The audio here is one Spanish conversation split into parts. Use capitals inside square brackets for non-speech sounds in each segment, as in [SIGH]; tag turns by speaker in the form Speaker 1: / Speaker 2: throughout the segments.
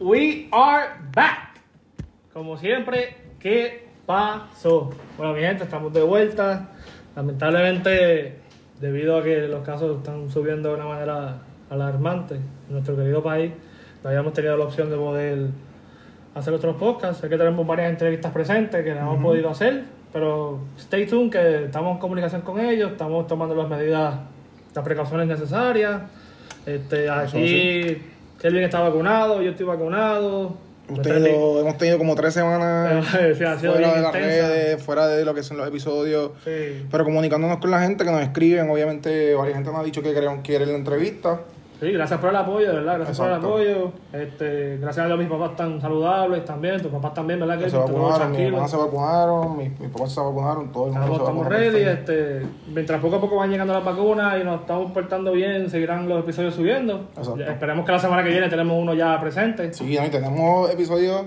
Speaker 1: We are back. Como siempre, ¿qué pasó? Bueno, mi gente, estamos de vuelta. Lamentablemente, debido a que los casos están subiendo de una manera alarmante en nuestro querido país, no habíamos tenido la opción de poder hacer otros podcasts. Sé que tenemos varias entrevistas presentes que no hemos podido hacer, pero stay tuned que estamos en comunicación con ellos, estamos tomando las medidas, las precauciones necesarias. Este, aquí Kelvin está vacunado, yo estoy vacunado.
Speaker 2: Hemos tenido, hemos tenido como tres semanas
Speaker 1: Sí, ha sido
Speaker 2: fuera
Speaker 1: bien
Speaker 2: de las
Speaker 1: intensa.
Speaker 2: redes, fuera de lo que son los episodios,
Speaker 1: Sí.
Speaker 2: pero comunicándonos con la gente que nos escriben. Obviamente, varias gente nos ha dicho que quieren, quieren la entrevista.
Speaker 1: Sí, gracias por el apoyo, de ¿verdad? Gracias
Speaker 2: Exacto.
Speaker 1: por el apoyo. Este, gracias a Dios mis papás están saludables también, tus papás también, ¿verdad?
Speaker 2: Que
Speaker 1: Que
Speaker 2: se vacunaron, mi hermana se vacunaron, mis mi papás se vacunaron, todo el mundo
Speaker 1: Estamos,
Speaker 2: se
Speaker 1: estamos
Speaker 2: vacunó.
Speaker 1: ready, este, mientras poco a poco van llegando las vacunas y nos estamos portando bien, seguirán los episodios subiendo.
Speaker 2: Exacto.
Speaker 1: Esperemos que la semana que viene tenemos uno ya presente.
Speaker 2: Sí, ahí tenemos episodios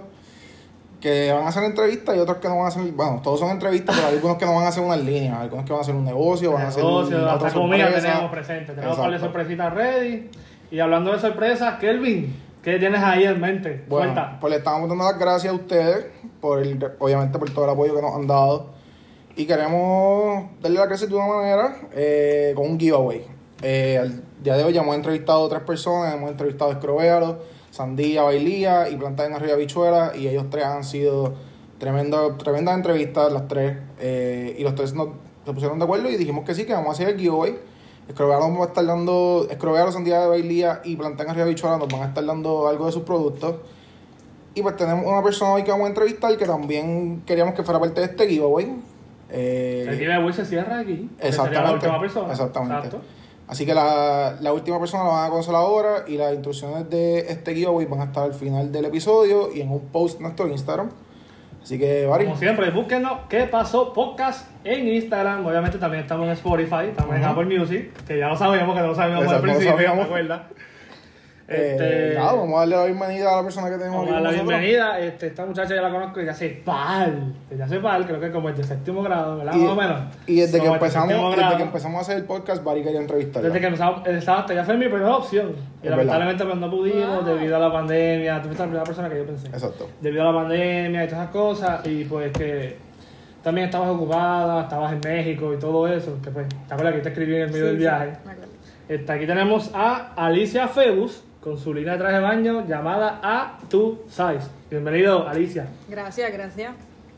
Speaker 2: que van a ser entrevistas y otros que no van a ser. Bueno, todos son entrevistas, pero hay algunos que no van a hacer unas líneas, algunos que van a hacer un negocio, van a hacer
Speaker 1: Negocio,
Speaker 2: una
Speaker 1: hasta
Speaker 2: otra
Speaker 1: comida
Speaker 2: sorpresa.
Speaker 1: tenemos presente, tenemos
Speaker 2: Exacto.
Speaker 1: para sorpresitas ready. Y hablando de sorpresas, Kelvin, ¿qué tienes ahí en mente?
Speaker 2: Bueno,
Speaker 1: Cuenta.
Speaker 2: pues le estamos dando las gracias a ustedes, por el, obviamente por todo el apoyo que nos han dado. Y queremos darle las gracias de una manera eh, con un giveaway. Eh, al día de hoy ya hemos entrevistado a tres personas, hemos entrevistado a Escrovéalo, Sandía, Bailía y Plantada en Arriba Bichuela. Y ellos tres han sido tremendo, tremendas entrevistas, las tres. Eh, y los tres nos, se pusieron de acuerdo y dijimos que sí, que vamos a hacer el giveaway. Escrobearon nos va a estar dando, Escrobearon, Sandía de Bailía y Plantain Arriba Bichuela nos van a estar dando algo de sus productos. Y pues tenemos una persona hoy que vamos a entrevistar que también queríamos que fuera parte de este giveaway. Eh,
Speaker 1: El día de hoy se cierra aquí. porque Sería la
Speaker 2: exactamente.
Speaker 1: última persona.
Speaker 2: Exactamente.
Speaker 1: Exacto.
Speaker 2: Así que la, la última persona la van a conocer ahora y las instrucciones de este giveaway van a estar al final del episodio y en un post en nuestro Instagram. Así que, Bari,
Speaker 1: Como siempre, búsquenos qué pasó podcast en Instagram. Obviamente también estamos en Spotify, estamos en
Speaker 2: Ajá.
Speaker 1: Apple Music, que ya lo sabíamos, que no lo sabíamos al
Speaker 2: Exacto, no lo
Speaker 1: principio,
Speaker 2: sabíamos.
Speaker 1: ¿te acuerdas?
Speaker 2: [LAUGHS] eh,
Speaker 1: Este,
Speaker 2: nada, vamos a darle la bienvenida a la persona que
Speaker 1: vamos
Speaker 2: tenemos
Speaker 1: a dar
Speaker 2: aquí con
Speaker 1: la
Speaker 2: nosotros.
Speaker 1: bienvenida. Este, esta muchacha ya la conozco desde hace pal, desde hace pal, creo que como desde séptimo grado, ¿verdad? Más o menos.
Speaker 2: Y desde que
Speaker 1: Como desde séptimo
Speaker 2: empezamos, desde
Speaker 1: grado.
Speaker 2: que empezamos a hacer el podcast, Bari quería entrevistarla.
Speaker 1: Desde que empezamos, estaba hasta ya fue mi primera opción. Y
Speaker 2: Es
Speaker 1: lamentablemente pues, no pudimos debido a la pandemia. Tú fuiste la primera persona que yo pensé.
Speaker 2: Exacto.
Speaker 1: Debido a la pandemia y todas esas cosas. Y pues que también estabas ocupada, estabas en México y todo eso. Que pues, ¿te acuerdas que te escribí en el medio del viaje? Este, aquí tenemos a Alicia Febus con su línea de traje de baño llamada A Tu Size. Bienvenido, Alicia.
Speaker 3: Gracias, gracias.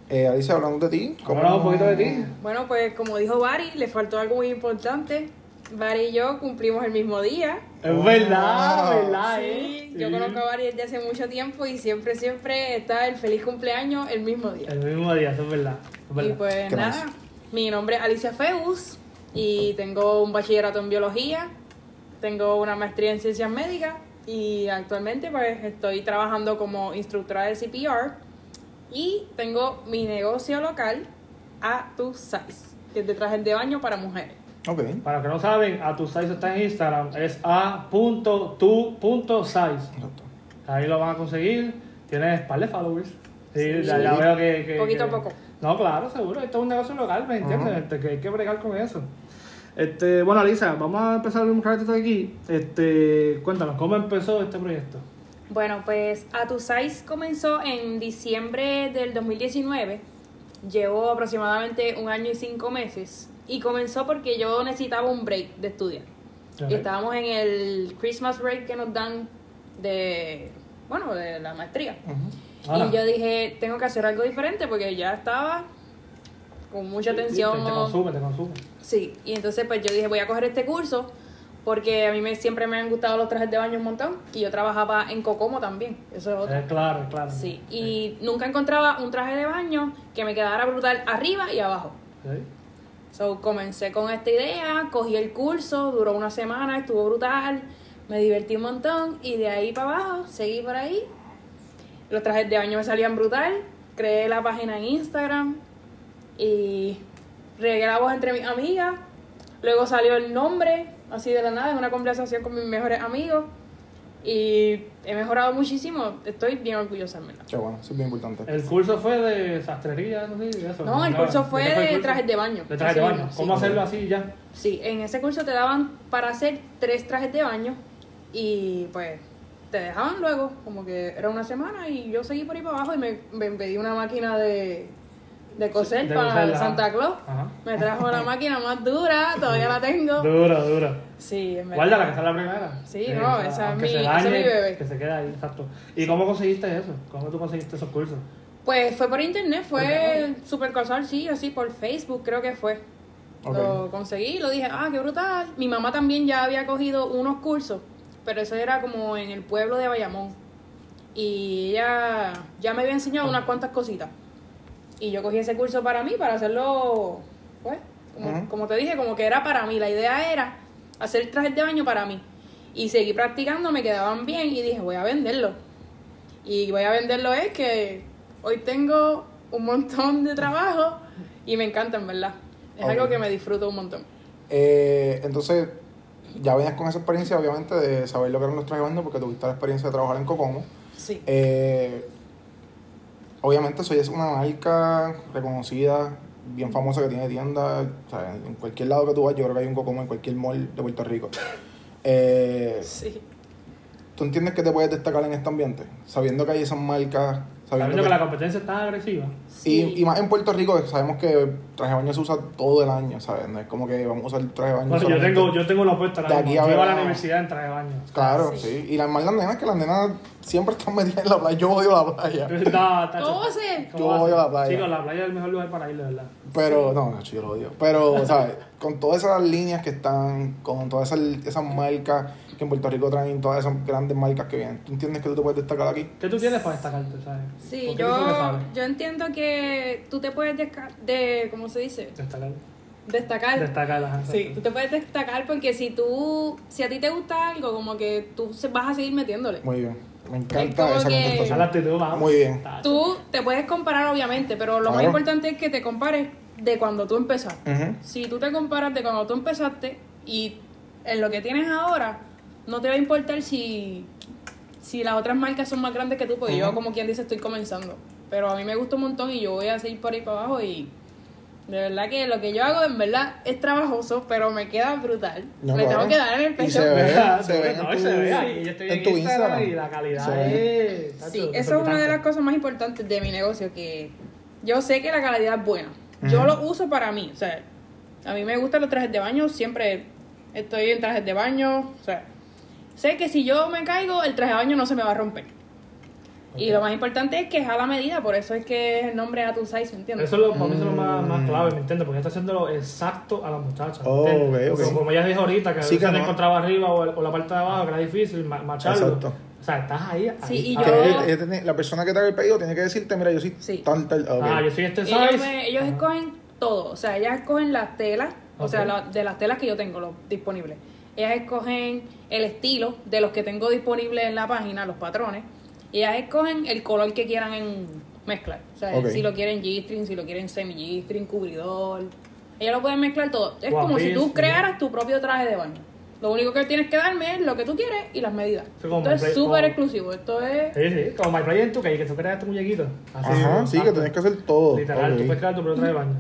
Speaker 2: Eh, Alicia, hablando de ti. ¿cómo-
Speaker 1: Hablamos un poquito de ti.
Speaker 3: Bueno, pues como dijo Bari, le faltó algo muy importante. Bari y yo cumplimos el mismo día.
Speaker 1: Es verdad,
Speaker 2: Wow.
Speaker 1: verdad,
Speaker 3: Sí,
Speaker 1: ¿eh?
Speaker 3: yo
Speaker 1: Sí.
Speaker 3: conozco a Bari desde hace mucho tiempo y siempre, siempre está el feliz cumpleaños el mismo día.
Speaker 1: El mismo día, eso es verdad. eso es
Speaker 3: Y
Speaker 1: verdad.
Speaker 3: pues
Speaker 2: ¿Qué
Speaker 3: nada, mi nombre es Alicia Feus y tengo un bachillerato en biología, tengo una maestría en ciencias médicas y actualmente pues estoy trabajando como instructora de CPR y tengo mi negocio local a tu size, que es de trajes de baño para mujeres.
Speaker 2: Ok.
Speaker 1: Para los que no saben, a tu size está en Instagram, es a.tu.size.
Speaker 2: Exacto.
Speaker 1: Ahí lo van a conseguir. Tienes par de followers. Sí,
Speaker 3: Sí.
Speaker 1: Ya, ya veo que, que-
Speaker 3: Poquito a
Speaker 1: que-
Speaker 3: poco.
Speaker 1: No, claro, seguro. Esto es un negocio local, ¿me entiendes? Este, que hay que bregar con eso. Este, bueno, Alisa, vamos a empezar un ratito aquí. Este, cuéntanos, ¿cómo empezó este proyecto?
Speaker 3: Bueno, pues A Tu Size comenzó en diciembre del 2019. Llevo aproximadamente un año y cinco meses. Y comenzó porque yo necesitaba un break de estudiar. Y estábamos en el Christmas break que nos dan de, bueno, de la maestría.
Speaker 1: Ahora.
Speaker 3: Y yo dije, tengo que hacer algo diferente porque ya estaba con mucha
Speaker 1: Te,
Speaker 3: tensión.
Speaker 1: te consume, te consume.
Speaker 3: Sí, y entonces pues yo dije, voy a coger este curso porque a mí me, siempre me han gustado los trajes de baño un montón y yo trabajaba en Cocomo también, eso es otro.
Speaker 1: Eh, claro, es claro.
Speaker 3: Sí, y nunca encontraba un traje de baño que me quedara brutal arriba y abajo.
Speaker 1: Sí.
Speaker 3: So comencé con esta idea, cogí el curso, duró una semana, estuvo brutal, me divertí un montón y de ahí para abajo seguí por ahí. Los trajes de baño me salían brutal, creé la página en Instagram y regué la voz entre mis amigas. Luego salió el nombre, así de la nada, en una conversación con mis mejores amigos. Y he mejorado muchísimo, estoy bien orgullosa, en verdad.
Speaker 2: Qué bueno, eso es bien importante.
Speaker 1: El curso fue de sastrería, no sé, y eso.
Speaker 3: No, el curso fue
Speaker 1: qué
Speaker 3: de
Speaker 1: el curso?
Speaker 3: trajes de baño.
Speaker 1: De trajes de
Speaker 3: Así
Speaker 1: baño.
Speaker 3: mismo,
Speaker 1: ¿Cómo
Speaker 3: sí.
Speaker 1: hacerlo así y ya?
Speaker 3: Sí, en ese curso te daban para hacer tres trajes de baño y pues te dejaban luego, como que era una semana y yo seguí por ahí para abajo y me, me pedí una máquina de, de coser
Speaker 1: Sí, de
Speaker 3: para
Speaker 1: coser, ajá.
Speaker 3: Santa Claus.
Speaker 1: Ajá.
Speaker 3: Me trajo la máquina más dura, todavía la tengo.
Speaker 1: Dura, dura.
Speaker 3: Sí, en verdad.
Speaker 1: Guarda la que está la primera. Eh,
Speaker 3: Sí, no, esa es
Speaker 1: aunque
Speaker 3: mi-
Speaker 1: se
Speaker 3: esa es mi bebé.
Speaker 1: Que se queda ahí, exacto. ¿Y cómo conseguiste eso? ¿Cómo tú conseguiste esos cursos?
Speaker 3: Pues fue por internet, fue super casual, sí, así por Facebook creo que fue.
Speaker 2: Ok.
Speaker 3: Lo conseguí, lo dije, ah, qué brutal. Mi mamá también ya había cogido unos cursos, pero eso era como en el pueblo de Bayamón. Y ella ya me había enseñado unas cuantas cositas. Y yo cogí ese curso para mí, para hacerlo, pues, como,
Speaker 2: Ujú.
Speaker 3: como te dije, como que era para mí. La idea era hacer trajes de baño para mí. Y seguí practicando, me quedaban bien y dije, voy a venderlo. Y voy a venderlo es que hoy tengo un montón de trabajo y me encanta, en verdad. Es
Speaker 2: Ok.
Speaker 3: algo que me disfruto un montón.
Speaker 2: Eh, entonces, ya venías con esa experiencia, obviamente, de saber lo que eran los trajes de baño, porque tuviste la experiencia de trabajar en Cocomo.
Speaker 3: Sí.
Speaker 2: Eh, obviamente, soy es una marca reconocida, bien famosa, que tiene tiendas. o sea, en cualquier lado que tú vas, yo creo que hay un Cocomo en cualquier mall de Puerto Rico. Eh,
Speaker 3: Sí.
Speaker 2: ¿Tú entiendes que te puedes destacar en este ambiente? Sabiendo que hay esas marcas, sabiendo
Speaker 1: Sabiendo que
Speaker 2: que-
Speaker 1: la competencia está agresiva.
Speaker 2: Y, y más en Puerto Rico, que sabemos que el traje de baño se usa todo el año, ¿sabes? No es como que vamos a usar el traje de baño.
Speaker 1: Bueno, yo
Speaker 2: solamente-
Speaker 1: tengo, yo tengo una apuesta.
Speaker 2: De
Speaker 1: La
Speaker 2: aquí
Speaker 1: misma.
Speaker 2: a
Speaker 1: yo iba a la
Speaker 2: verano.
Speaker 1: universidad en traje de baño.
Speaker 2: Claro,
Speaker 3: Sí.
Speaker 2: sí. Y las más las nenas, que las nenas siempre están metidas en la playa. Yo odio la playa.
Speaker 1: No, tacho.
Speaker 3: ¿Cómo se?
Speaker 1: ¿Cómo
Speaker 2: Yo
Speaker 1: va a
Speaker 2: odio
Speaker 1: ser?
Speaker 2: la playa.
Speaker 1: Chicos, la playa es el mejor lugar para ir, de verdad.
Speaker 2: Pero, no, no, yo lo odio. Pero, ¿sabes? Con todas esas líneas que están, con todas esas, esas marcas que en Puerto Rico traen, todas esas grandes marcas que vienen, ¿tú entiendes que tú te puedes destacar aquí?
Speaker 1: ¿Qué tú tienes para destacarte, sabes?
Speaker 3: Sí,
Speaker 1: ¿Por qué tú crees que
Speaker 3: yo,
Speaker 1: sabes?
Speaker 3: yo entiendo que tú te puedes desca- de ¿cómo se dice?
Speaker 1: Destacar.
Speaker 3: Destacar.
Speaker 1: Destacar las
Speaker 3: Sí, tú te puedes destacar porque si tú, si a ti te gusta algo, como que tú se- vas a seguir metiéndole.
Speaker 2: Muy bien. Me
Speaker 3: Es
Speaker 2: encanta
Speaker 3: como
Speaker 2: esa
Speaker 3: que-
Speaker 1: Esa es la
Speaker 2: contestación.
Speaker 1: actitud, vamos.
Speaker 2: Muy bien.
Speaker 1: Tacho.
Speaker 3: Tú te puedes comparar obviamente, pero lo más
Speaker 2: Claro.
Speaker 3: importante es que te compares de cuando tú empezaste.
Speaker 2: Ujú.
Speaker 3: Si tú te comparas de cuando tú empezaste y en lo que tienes ahora, no te va a importar si, si las otras marcas son más grandes que tú, porque yo
Speaker 2: Ujú.
Speaker 3: como quien dice estoy comenzando. Pero a mí me gusta un montón y yo voy a seguir por ahí para abajo y de verdad que lo que yo hago en verdad es trabajoso, pero me queda brutal.
Speaker 2: No,
Speaker 3: me
Speaker 2: claro.
Speaker 3: tengo que dar en el
Speaker 2: Y
Speaker 3: pecho.
Speaker 1: [LAUGHS]
Speaker 2: se ve.
Speaker 1: ¿Verdad?
Speaker 2: se ve en
Speaker 1: No,
Speaker 2: tu-
Speaker 1: se ve ahí. Yo estoy
Speaker 2: en
Speaker 1: en,
Speaker 2: tu
Speaker 1: Instagram,
Speaker 2: Instagram.
Speaker 1: y la calidad
Speaker 2: Se ve.
Speaker 1: es. tacho,
Speaker 3: Sí, eso es una de las cosas más importantes de mi negocio, que yo sé que la calidad es buena. Yo
Speaker 2: Ujú.
Speaker 3: lo uso para mí, o sea, a mí me gustan los trajes de baño, siempre estoy en trajes de baño, o sea, sé que si yo me caigo, el traje de baño no se me va a romper. Y lo más importante es que es a la medida, por eso es que es el nombre a tu size, ¿me entiendes?
Speaker 1: Eso es lo, para mí eso es lo más,
Speaker 2: Mm.
Speaker 1: más clave, ¿me entiendes? Porque ella está haciendo lo exacto a la muchacha. ¿me
Speaker 2: Oh,
Speaker 1: entiendes?
Speaker 2: ok, ok.
Speaker 1: Como- Como ella dijo ahorita, que a
Speaker 2: Sí,
Speaker 1: veces
Speaker 2: que
Speaker 1: te
Speaker 2: no.
Speaker 1: encontraba arriba o, o la parte de abajo, que era difícil ma- macharlo.
Speaker 2: Exacto. eh,
Speaker 1: O sea, estás ahí. Ah,
Speaker 3: Sí,
Speaker 1: ahí, ahí.
Speaker 3: y yo-
Speaker 2: Tiene que- ella tiene- la persona que te haga el pedido tiene que decirte, mira, yo sí,
Speaker 3: Ah, Sí.
Speaker 2: tal, tal. ah, ok.
Speaker 1: Ah, yo soy este size.
Speaker 3: Ellos, me- ellos escogen todo, o sea, ellas escogen las telas, o sea,
Speaker 1: Ok.
Speaker 3: la- de las telas que yo tengo los disponibles. Ellas escogen el estilo de los que tengo disponibles en la página, los patrones. Y ellas escogen el color que quieran en mezclar. O sea,
Speaker 2: Ok.
Speaker 3: si lo quieren G-string, si lo quieren semi-G-string, cubridor. Ellas lo pueden mezclar todo. Es
Speaker 1: One
Speaker 3: como si
Speaker 1: piece,
Speaker 3: tú
Speaker 1: ¿no?
Speaker 3: crearas tu propio traje de baño. Lo único que tienes que darme es lo que tú quieres y las medidas.
Speaker 1: Sí, como
Speaker 3: Esto es
Speaker 1: play-
Speaker 3: súper
Speaker 1: como-
Speaker 3: exclusivo. Esto es...
Speaker 1: Sí, sí, como My Play en tu que tú creas tu muñequito. Así,
Speaker 2: Ajá, sí, que
Speaker 1: exacto.
Speaker 2: tenés que hacer todo.
Speaker 1: Literal,
Speaker 2: Ok.
Speaker 1: tú puedes crear tu propio traje de baño.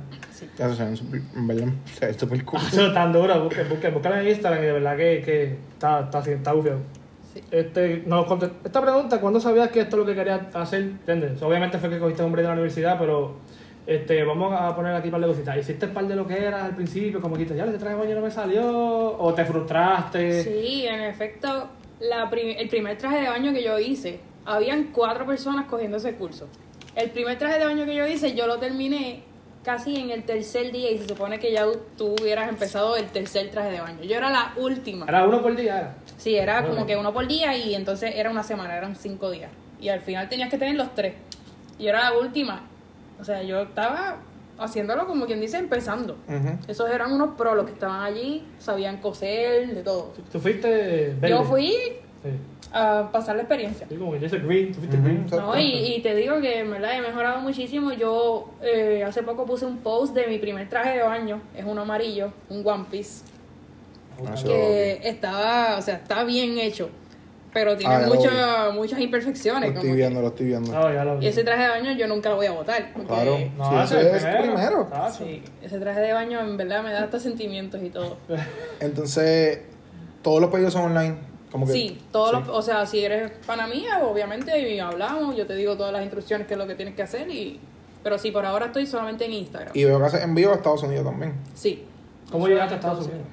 Speaker 2: Ya se ven súper- en verdad, se ven súper cool.
Speaker 1: Eso es tan duro, busquen, busquen, búscala en Instagram y de verdad que, que está, está, así, está bufio.
Speaker 3: Sí.
Speaker 1: Este, nos conte- esta pregunta, ¿cuándo sabías que esto es lo que querías hacer? ¿Entiendes? Obviamente fue que cogiste un break de la universidad, pero este, vamos a poner aquí un par de cositas. ¿Hiciste un par de lo que era al principio? Como dijiste, ya, ese traje de baño no me salió, o te frustraste.
Speaker 3: Sí, en efecto, la prim- el primer traje de baño que yo hice, habían cuatro personas cogiendo ese curso. El primer traje de baño que yo hice, yo lo terminé casi en el tercer día y se supone que ya tú hubieras empezado el tercer traje de baño. Yo era la última.
Speaker 1: Era uno por día, era.
Speaker 3: Sí, era como
Speaker 1: Bueno.
Speaker 3: que uno por día y entonces era una semana, eran cinco días. Y al final tenías que tener los tres. Y yo era la última. O sea, yo estaba haciéndolo como quien dice, empezando.
Speaker 2: Ujú.
Speaker 3: Esos eran unos pros, los que estaban allí, sabían coser, de todo.
Speaker 1: Tú fuiste verde.
Speaker 3: Yo fui
Speaker 1: Sí,
Speaker 3: a pasar la experiencia.
Speaker 1: Sí, como que yo soy green, tú fuiste
Speaker 2: Ujú.
Speaker 1: green.
Speaker 3: No, y, y te digo que en verdad he mejorado muchísimo. Yo eh, hace poco puse un post de mi primer traje de baño, es uno amarillo, un One Piece,
Speaker 2: Ah, sí.
Speaker 3: que estaba, o sea, está bien hecho, pero tiene
Speaker 2: Ah, ya lo
Speaker 3: muchas muchas imperfecciones.
Speaker 2: Lo
Speaker 3: como
Speaker 2: estoy
Speaker 3: que-
Speaker 2: viendo, lo estoy viendo.
Speaker 1: No, ya lo vi.
Speaker 3: y ese traje de baño yo nunca lo voy a botar. porque-
Speaker 2: Claro.
Speaker 1: No,
Speaker 2: Sí,
Speaker 1: ese
Speaker 2: ese es primero.
Speaker 1: tacho.
Speaker 3: sí, ese traje de baño en verdad me da hasta sentimientos y todo.
Speaker 2: Entonces, todos los pedidos son online. Como que-
Speaker 3: sí, todos
Speaker 2: sí.
Speaker 3: los- o sea, si eres pana mía, obviamente, y hablamos, yo te digo todas las instrucciones, qué es lo que tienes que hacer, y pero sí, por ahora estoy solamente en Instagram.
Speaker 2: Y veo que haces envío a Estados Unidos también.
Speaker 3: Sí,
Speaker 1: ¿Cómo llegaste a Estados Unidos?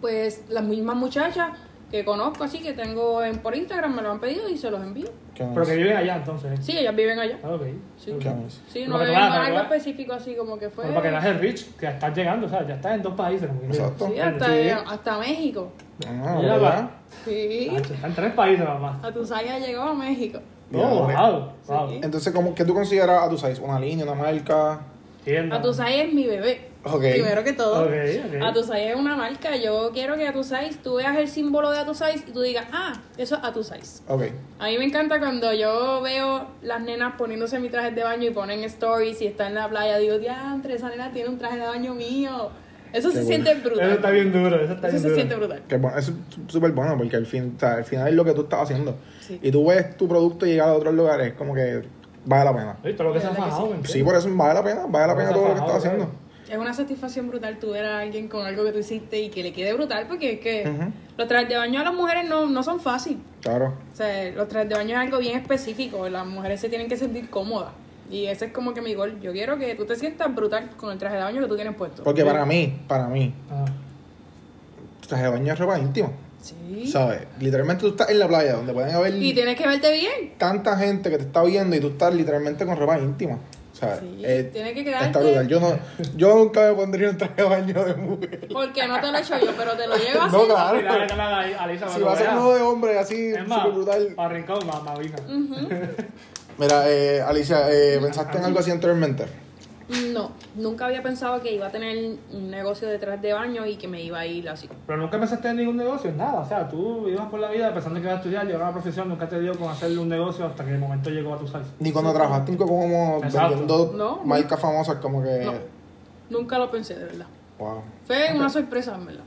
Speaker 3: pues las mismas muchachas que conozco, así que tengo en- por Instagram, me lo han pedido y se los envío.
Speaker 2: ¿Qué
Speaker 1: Pero que viven allá entonces.
Speaker 3: Sí, ellas viven allá.
Speaker 1: Ah, ok.
Speaker 3: Sí,
Speaker 2: ¿Qué más?
Speaker 3: sí
Speaker 1: Pero
Speaker 3: no
Speaker 1: para que
Speaker 3: viven
Speaker 1: veas, para que
Speaker 3: algo
Speaker 1: veas.
Speaker 3: específico así como que fue.
Speaker 1: Bueno, para que veas el rich, que ya estás llegando, o sea, ya estás en dos países. como que-
Speaker 2: Exacto.
Speaker 3: Pues Sí, hasta,
Speaker 1: Sí.
Speaker 3: hasta México.
Speaker 2: Ah,
Speaker 1: Mira,
Speaker 2: ¿verdad?
Speaker 1: va.
Speaker 3: Sí.
Speaker 1: Ah, está en tres países, mamá.
Speaker 3: A tus años llegó a México.
Speaker 1: Oh,
Speaker 2: Ya,
Speaker 1: wow, wow.
Speaker 2: Entonces, ¿cómo, ¿qué tú consideras a tu size? ¿Una línea, una marca?
Speaker 1: Tienda.
Speaker 3: Atusai es mi bebé.
Speaker 2: Ok.
Speaker 3: Primero que todo.
Speaker 1: Ok, ok.
Speaker 3: Atusai es una marca. Yo quiero que Atusai, tú veas el símbolo de Atusai y tú digas, ah, eso es Atusai.
Speaker 2: Ok.
Speaker 3: A mí me encanta cuando yo veo las nenas poniéndose mi traje de baño y ponen stories y están en la playa. Digo, diantre, esa nena tiene un traje de baño mío. Eso
Speaker 2: Qué
Speaker 3: se
Speaker 2: bueno.
Speaker 3: siente
Speaker 1: Eso está
Speaker 3: brutal.
Speaker 1: bien duro, eso está
Speaker 3: Eso
Speaker 1: bien
Speaker 3: se
Speaker 1: duro.
Speaker 3: siente brutal.
Speaker 2: Que bueno, eso es súper bueno porque al, fin, o sea, al final es lo que tú estás haciendo.
Speaker 3: Sí.
Speaker 2: Y tú ves tu producto llegar a otros lugares, como que vale la pena.
Speaker 1: Oye, todo lo que se ha
Speaker 3: ¿Verdad que
Speaker 1: fajado, ¿me
Speaker 2: Sí,
Speaker 1: entiendes?
Speaker 2: por eso vale la pena, vale la pena todo lo que estás haciendo.
Speaker 3: Es una satisfacción brutal tú ver a alguien con algo que tú hiciste y que le quede brutal porque es que
Speaker 2: Ujú.
Speaker 3: los trajes de baño a las mujeres no, no son fáciles.
Speaker 2: Claro.
Speaker 3: O sea, los trajes de baño es algo bien específico. Las mujeres se tienen que sentir cómodas. Y ese es como que mi gol. Yo quiero que tú te sientas brutal con el traje de baño que tú tienes puesto.
Speaker 2: Porque para mí, para mí,
Speaker 1: Ah,
Speaker 2: traje de baño es ropa íntima.
Speaker 3: Sí.
Speaker 2: ¿Sabes? Literalmente tú estás en la playa donde pueden haber
Speaker 3: Y tienes que verte bien.
Speaker 2: tanta gente que te está viendo y tú estás literalmente con ropa íntima. ¿Sabes?
Speaker 3: Sí,
Speaker 2: Eh,
Speaker 3: tiene que
Speaker 2: está
Speaker 3: quedarte.
Speaker 2: brutal. Yo, no, yo nunca me pondría un traje de baño de mujer.
Speaker 3: Porque no te lo he hecho yo, pero te
Speaker 2: [LAUGHS]
Speaker 3: lo llevo así.
Speaker 2: No,
Speaker 1: ah. Y la
Speaker 2: claro.
Speaker 1: verdad,
Speaker 2: pues,
Speaker 1: la- a Lisa
Speaker 2: Si
Speaker 1: me lo
Speaker 2: va a ser
Speaker 1: vea.
Speaker 2: uno de hombre así,
Speaker 1: Es más,
Speaker 2: súper brutal.
Speaker 1: para Rincón, más, más vino.
Speaker 3: Mm.
Speaker 2: Mira, eh, Alicia, eh, ¿pensaste en algo así anteriormente?
Speaker 3: No, nunca había pensado que iba a tener un negocio de trajes de baño y que me iba a ir así.
Speaker 1: Pero nunca pensaste en ningún negocio, en nada. O sea, tú ibas por la vida pensando que ibas a estudiar, llegar a una profesión, nunca te dio con hacerle un negocio hasta que de momento llegó a tu salsa.
Speaker 2: Ni cuando trabajaste como
Speaker 1: Exacto.
Speaker 2: vendiendo
Speaker 3: No.
Speaker 2: marcas famosas, como que.
Speaker 3: No. Nunca lo pensé, de verdad.
Speaker 2: Wow.
Speaker 3: Fue una sorpresa, en verdad.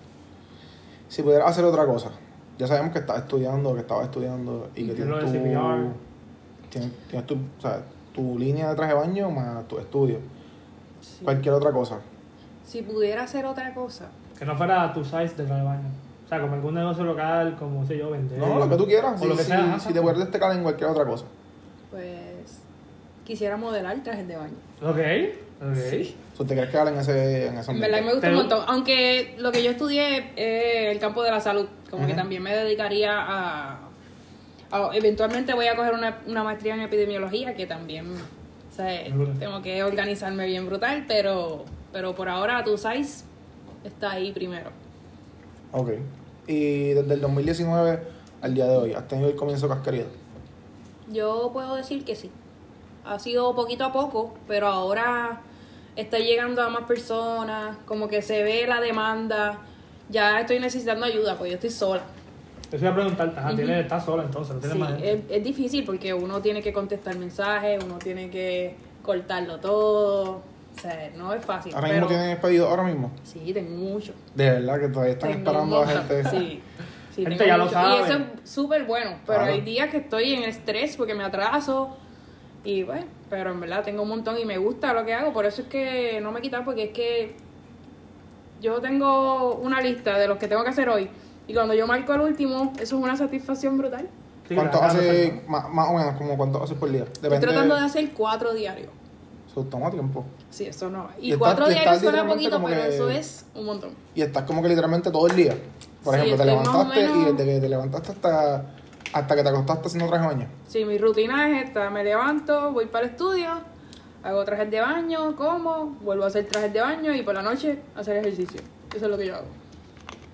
Speaker 2: Si pudieras hacer otra cosa, ya sabemos que estás estudiando, que estabas estudiando y que
Speaker 1: Yo lo
Speaker 2: tienes tu,
Speaker 1: de CPR.
Speaker 2: tienes, tienes tu, o sea, tu línea de traje de baño más tu estudio.
Speaker 3: Sí.
Speaker 2: Cualquier otra cosa.
Speaker 3: Si pudiera hacer otra cosa.
Speaker 1: Que no fuera tu size de baño. O sea, como algún negocio local, como sé yo, vender.
Speaker 2: No, lo que tú quieras.
Speaker 1: O
Speaker 2: Si,
Speaker 1: lo que
Speaker 2: si-
Speaker 1: sea,
Speaker 2: si
Speaker 1: ajá.
Speaker 2: te vuelves este canal en cualquier otra cosa.
Speaker 3: Pues quisiera modelar trajes de baño.
Speaker 1: Ok, ok.
Speaker 2: O sea, te quieres quedar en ese, en ese
Speaker 3: En
Speaker 2: ambiente.
Speaker 3: verdad que me gusta un
Speaker 1: Pero-
Speaker 3: montón. Aunque lo que yo estudié es el campo de la salud. Como que también me dedicaría a, a- Eventualmente voy a coger una, una maestría en epidemiología que también... o sea,
Speaker 1: Es brutal.
Speaker 3: tengo que organizarme bien brutal, pero, pero por ahora tu size está ahí primero.
Speaker 2: Ok. Y desde el 2019 al día de hoy, ¿has tenido el comienzo que has querido?
Speaker 3: Yo puedo decir que sí. Ha sido poquito a poco, pero ahora está llegando a más personas, como que se ve la demanda. Ya estoy necesitando ayuda, pues yo estoy sola.
Speaker 1: Te voy a preguntarte, ajá, tienes- estás sola entonces, no tienes
Speaker 3: Sí, eh,
Speaker 1: más gente.
Speaker 3: es, es difícil porque uno tiene que contestar mensajes, uno tiene que cortarlo todo. O sea, no es fácil.
Speaker 2: Ahora
Speaker 3: pero
Speaker 2: mismo tienes pedido, ahora mismo.
Speaker 3: Sí, tengo mucho.
Speaker 2: De verdad que todavía están
Speaker 3: Tengo
Speaker 2: esperando
Speaker 3: un
Speaker 2: a
Speaker 3: montón.
Speaker 2: gente.
Speaker 3: Sí. sí,
Speaker 1: Gente
Speaker 3: tengo
Speaker 1: ya lo
Speaker 3: mucho.
Speaker 1: sabe.
Speaker 3: Y eso es súper bueno, pero
Speaker 2: Claro.
Speaker 3: hay días que estoy en estrés porque me atraso. Y bueno, pero en verdad tengo un montón y me gusta lo que hago, por eso es que no me quitan porque es que yo tengo una lista de los que tengo que hacer hoy y cuando yo marco el último, eso es una satisfacción brutal.
Speaker 1: Sí,
Speaker 2: ¿Cuánto
Speaker 1: claro,
Speaker 2: hace,
Speaker 1: perfecto.
Speaker 2: más, más o menos, como cuánto haces por día? Depende.
Speaker 3: Estoy tratando de hacer cuatro diarios.
Speaker 2: Eso toma tiempo.
Speaker 3: Sí, eso no.
Speaker 2: Y
Speaker 3: Y,
Speaker 2: estás-
Speaker 3: cuatro
Speaker 2: y
Speaker 3: diarios
Speaker 2: estás
Speaker 3: suena
Speaker 2: literalmente
Speaker 3: poquito,
Speaker 2: como
Speaker 3: pero
Speaker 2: que-
Speaker 3: eso es un montón.
Speaker 2: Y estás como que literalmente todo el día. Por
Speaker 3: Sí,
Speaker 2: ejemplo, te
Speaker 3: estoy más o
Speaker 2: levantaste y
Speaker 3: menos-
Speaker 2: desde que te levantaste hasta, hasta que te acostaste haciendo traje de baño.
Speaker 3: Sí, mi rutina es esta, me levanto, voy para el estudio, hago trajes de baño, como, vuelvo a hacer trajes de baño y por la noche hacer ejercicio. Eso es lo que yo hago.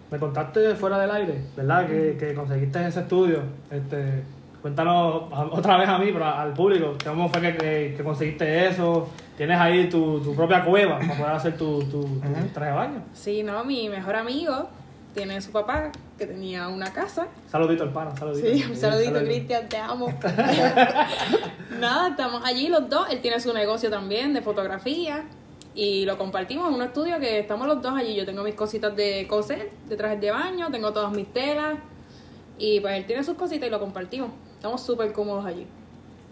Speaker 1: Me contaste fuera del aire, ¿verdad? Que, que conseguiste ese estudio. Este, cuéntanos a- otra vez a mí, pero a- al público, cómo fue que, que- que conseguiste eso. Tienes ahí tu, tu propia cueva para poder hacer tu, tu, tu traje de baño.
Speaker 3: Sí, no, mi mejor amigo tiene su papá que tenía una casa.
Speaker 1: Saludito al pana, saludito.
Speaker 3: Sí, un saludito Cristian,
Speaker 1: [LAUGHS]
Speaker 3: te amo. Nada, estamos allí los dos. Él tiene su negocio también de fotografía y lo compartimos en un estudio que estamos los dos allí. Yo tengo mis cositas de coser, de trajes de baño, tengo todas mis telas y pues él tiene sus cositas y lo compartimos. Estamos súper cómodos allí.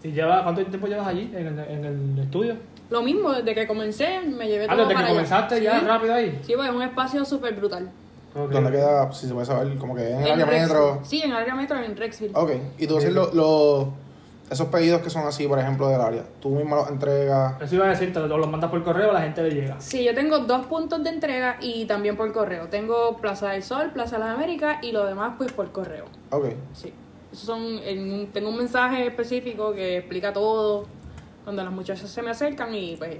Speaker 1: ¿Y lleva, cuánto tiempo llevas allí en el, en el estudio?
Speaker 3: Lo mismo, desde que comencé me llevé
Speaker 1: Ah,
Speaker 3: todo
Speaker 1: desde
Speaker 3: para
Speaker 1: que
Speaker 3: allá.
Speaker 1: comenzaste ya
Speaker 3: Sí.
Speaker 1: rápido ahí.
Speaker 3: Sí, pues es un espacio súper brutal.
Speaker 1: Ok.
Speaker 2: ¿Dónde queda? Si se puede saber, como que en el
Speaker 3: En
Speaker 2: área
Speaker 3: Rex-
Speaker 2: metro.
Speaker 3: Sí, en el área metro, en Rexville.
Speaker 2: Ok, y tú haces lo- lo- esos pedidos que son así, por ejemplo, del área. Tú mismo los entregas.
Speaker 1: Eso iba a decir, te lo- los mandas por correo, la gente le llega.
Speaker 3: Sí, yo tengo dos puntos de entrega y también por correo. Tengo Plaza del Sol, Plaza de las Américas y lo demás pues por correo.
Speaker 2: Ok,
Speaker 3: Sí. Esos son en un- tengo un mensaje específico que explica todo. Cuando las muchachas se me acercan y pues